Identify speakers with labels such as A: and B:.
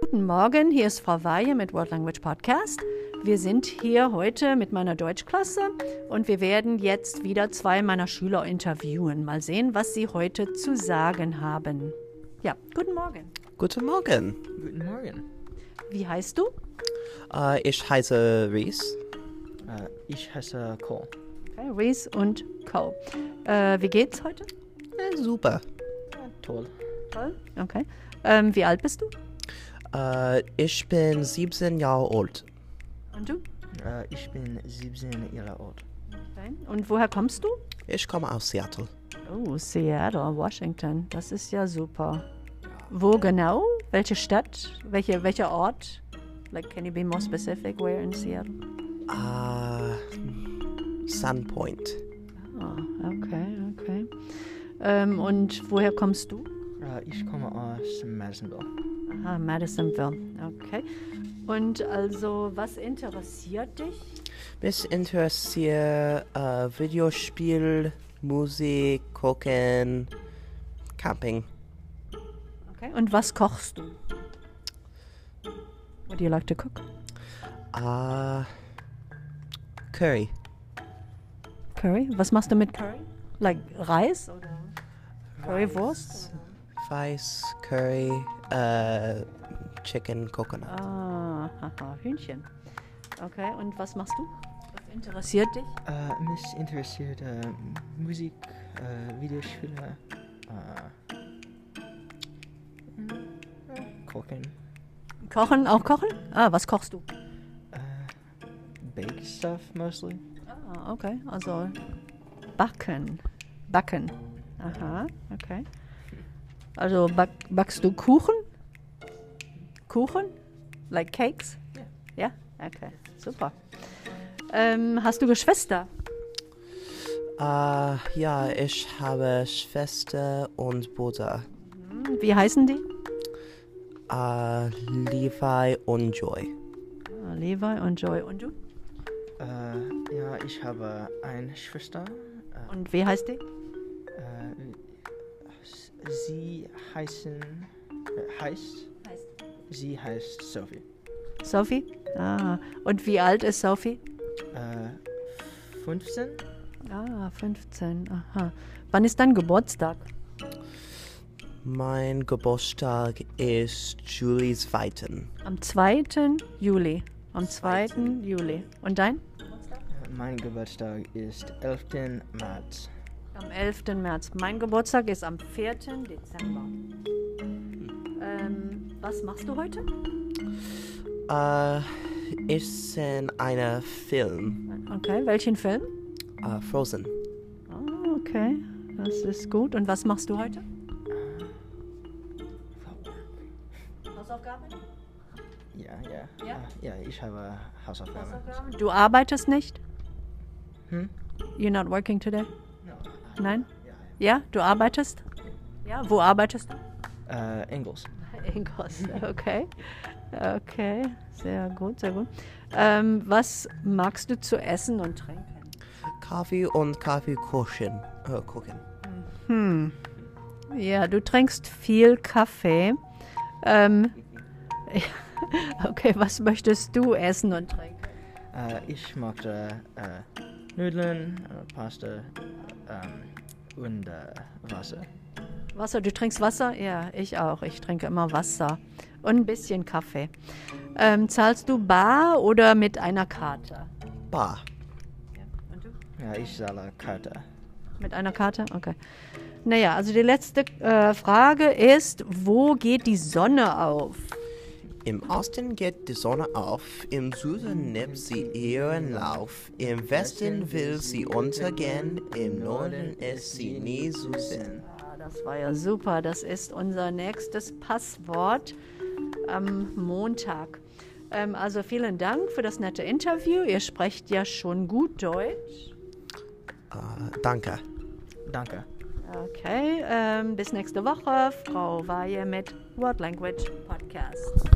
A: Guten Morgen, hier ist Frau Weihe mit World Language Podcast. Wir sind hier heute mit meiner Deutschklasse und wir werden jetzt wieder zwei meiner Schüler interviewen. Mal sehen, was sie heute zu sagen haben. Ja, guten Morgen.
B: Guten Morgen.
C: Guten Morgen.
A: Wie heißt du?
B: Äh, ich heiße Reese.
C: Äh, ich heiße Cole.
A: Okay, Reese und Co. Äh, wie geht's heute?
B: Äh, super.
C: Ja, toll.
A: Toll. Okay. Ähm, wie alt bist du?
B: Äh, ich bin 17 Jahre alt.
A: Und du?
C: Äh, ich bin 17 Jahre alt.
A: Okay. Und woher kommst du?
B: Ich komme aus Seattle.
A: Oh, Seattle, Washington. Das ist ja super. Wo genau? Welche Stadt? Welche, welcher Ort? Like, can you be more specific? Where in Seattle?
B: Äh, Sunpoint.
A: Ah, okay, okay. Ähm, und woher kommst du?
C: Äh, ich komme aus Madisonville.
A: Ah, Madisonville. Okay. Und also, was interessiert dich?
B: Mich interessiert äh, Videospiel, Musik, Gucken, Camping.
A: Okay. Und was kochst du? What do you like to cook?
B: Äh, Curry.
A: Curry? Was machst du mit Curry? Like Reis oder Currywurst?
B: Rice, Curry, äh, Chicken, Coconut.
A: Ah, haha, Hühnchen. Okay, und was machst du? Was interessiert dich?
C: Äh, mich interessiert äh, Musik, äh, Videospiele, äh, äh, Kochen,
A: Kochen, auch kochen? Ah, was kochst du?
C: Bake Stuff mostly.
A: Ah, okay, also backen. Backen. Aha, okay. Also back, backst du Kuchen? Kuchen? Like cakes? Ja. Ja? Okay, super. Ähm, hast du Geschwister?
B: Äh, ja, ich habe Schwester und Bruder.
A: Hm, Wie heißen die?
B: Äh, Levi und Joy.
A: Ah, Levi und Joy. Und du?
C: Äh, ja, ich habe eine Schwester.
A: Und wie heißt die?
C: Äh, s- sie heißen, äh, heißt, sie heißt Sophie.
A: Sophie? Ah, und wie alt ist Sophie?
C: Äh, 15?
A: Ah, 15. Aha. Wann ist dein Geburtstag?
B: Mein Geburtstag ist Juli 2.
A: Am 2. Juli. Am 2. Juli. Und dein?
C: Mein Geburtstag ist 11. März.
A: Am 11. März. Mein Geburtstag ist am 4. Dezember. Ähm, was machst du heute?
B: Äh, ich sehe einen Film,
A: Okay, welchen Film?
B: äh, Frozen.
A: Ah, okay, das ist gut. Und was machst du heute? Hausaufgaben?
C: Ja, ja.
A: Ja?
C: Ah, ja, ich habe Hausaufgaben.
A: Du arbeitest nicht?
C: Hm?
A: You're not working today?
C: No.
A: Nein?
C: Nou, ah, Ja,
A: Ja, du arbeitest? Ja, wo arbeitest du?
C: ja. Äh, Engels.
A: Ingos, okay. Okay, sehr gut, sehr gut. Ähm, was magst du zu essen und trinken?
B: Kaffee und Kaffee kuchen, äh, gucken.
A: Hm. Ja, du trinkst viel Kaffee. Ähm, okay, was möchtest du essen und trinken?
C: Äh, ich mochte äh, Nudeln, äh, Pasta ähm, und äh, Wasser.
A: Wasser, du trinkst Wasser? Ja, ich auch. Ich trinke immer Wasser und ein bisschen Kaffee. Ähm, zahlst du bar oder mit einer Karte?
B: Bar.
A: Und du?
C: Ja, eh, ich sage Karte.
A: Mit einer Karte? Okay. Naja, also die letzte äh, Frage ist, wo geht die Sonne auf?
B: Im Osten geht die Sonne auf, im Süden nimmt sie ihren Lauf, im Westen will sie untergehen, im Norden ist sie nie zu sehen.
A: Ah, Das war ja super. Das ist unser nächstes Passwort am Montag. Ähm, also vielen Dank für das nette Interview. Ihr sprecht ja schon gut Deutsch.
B: Äh, danke.
C: Danke.
A: Okay, ähm, bis nächste Woche. Frau Weihe mit World Language Podcast.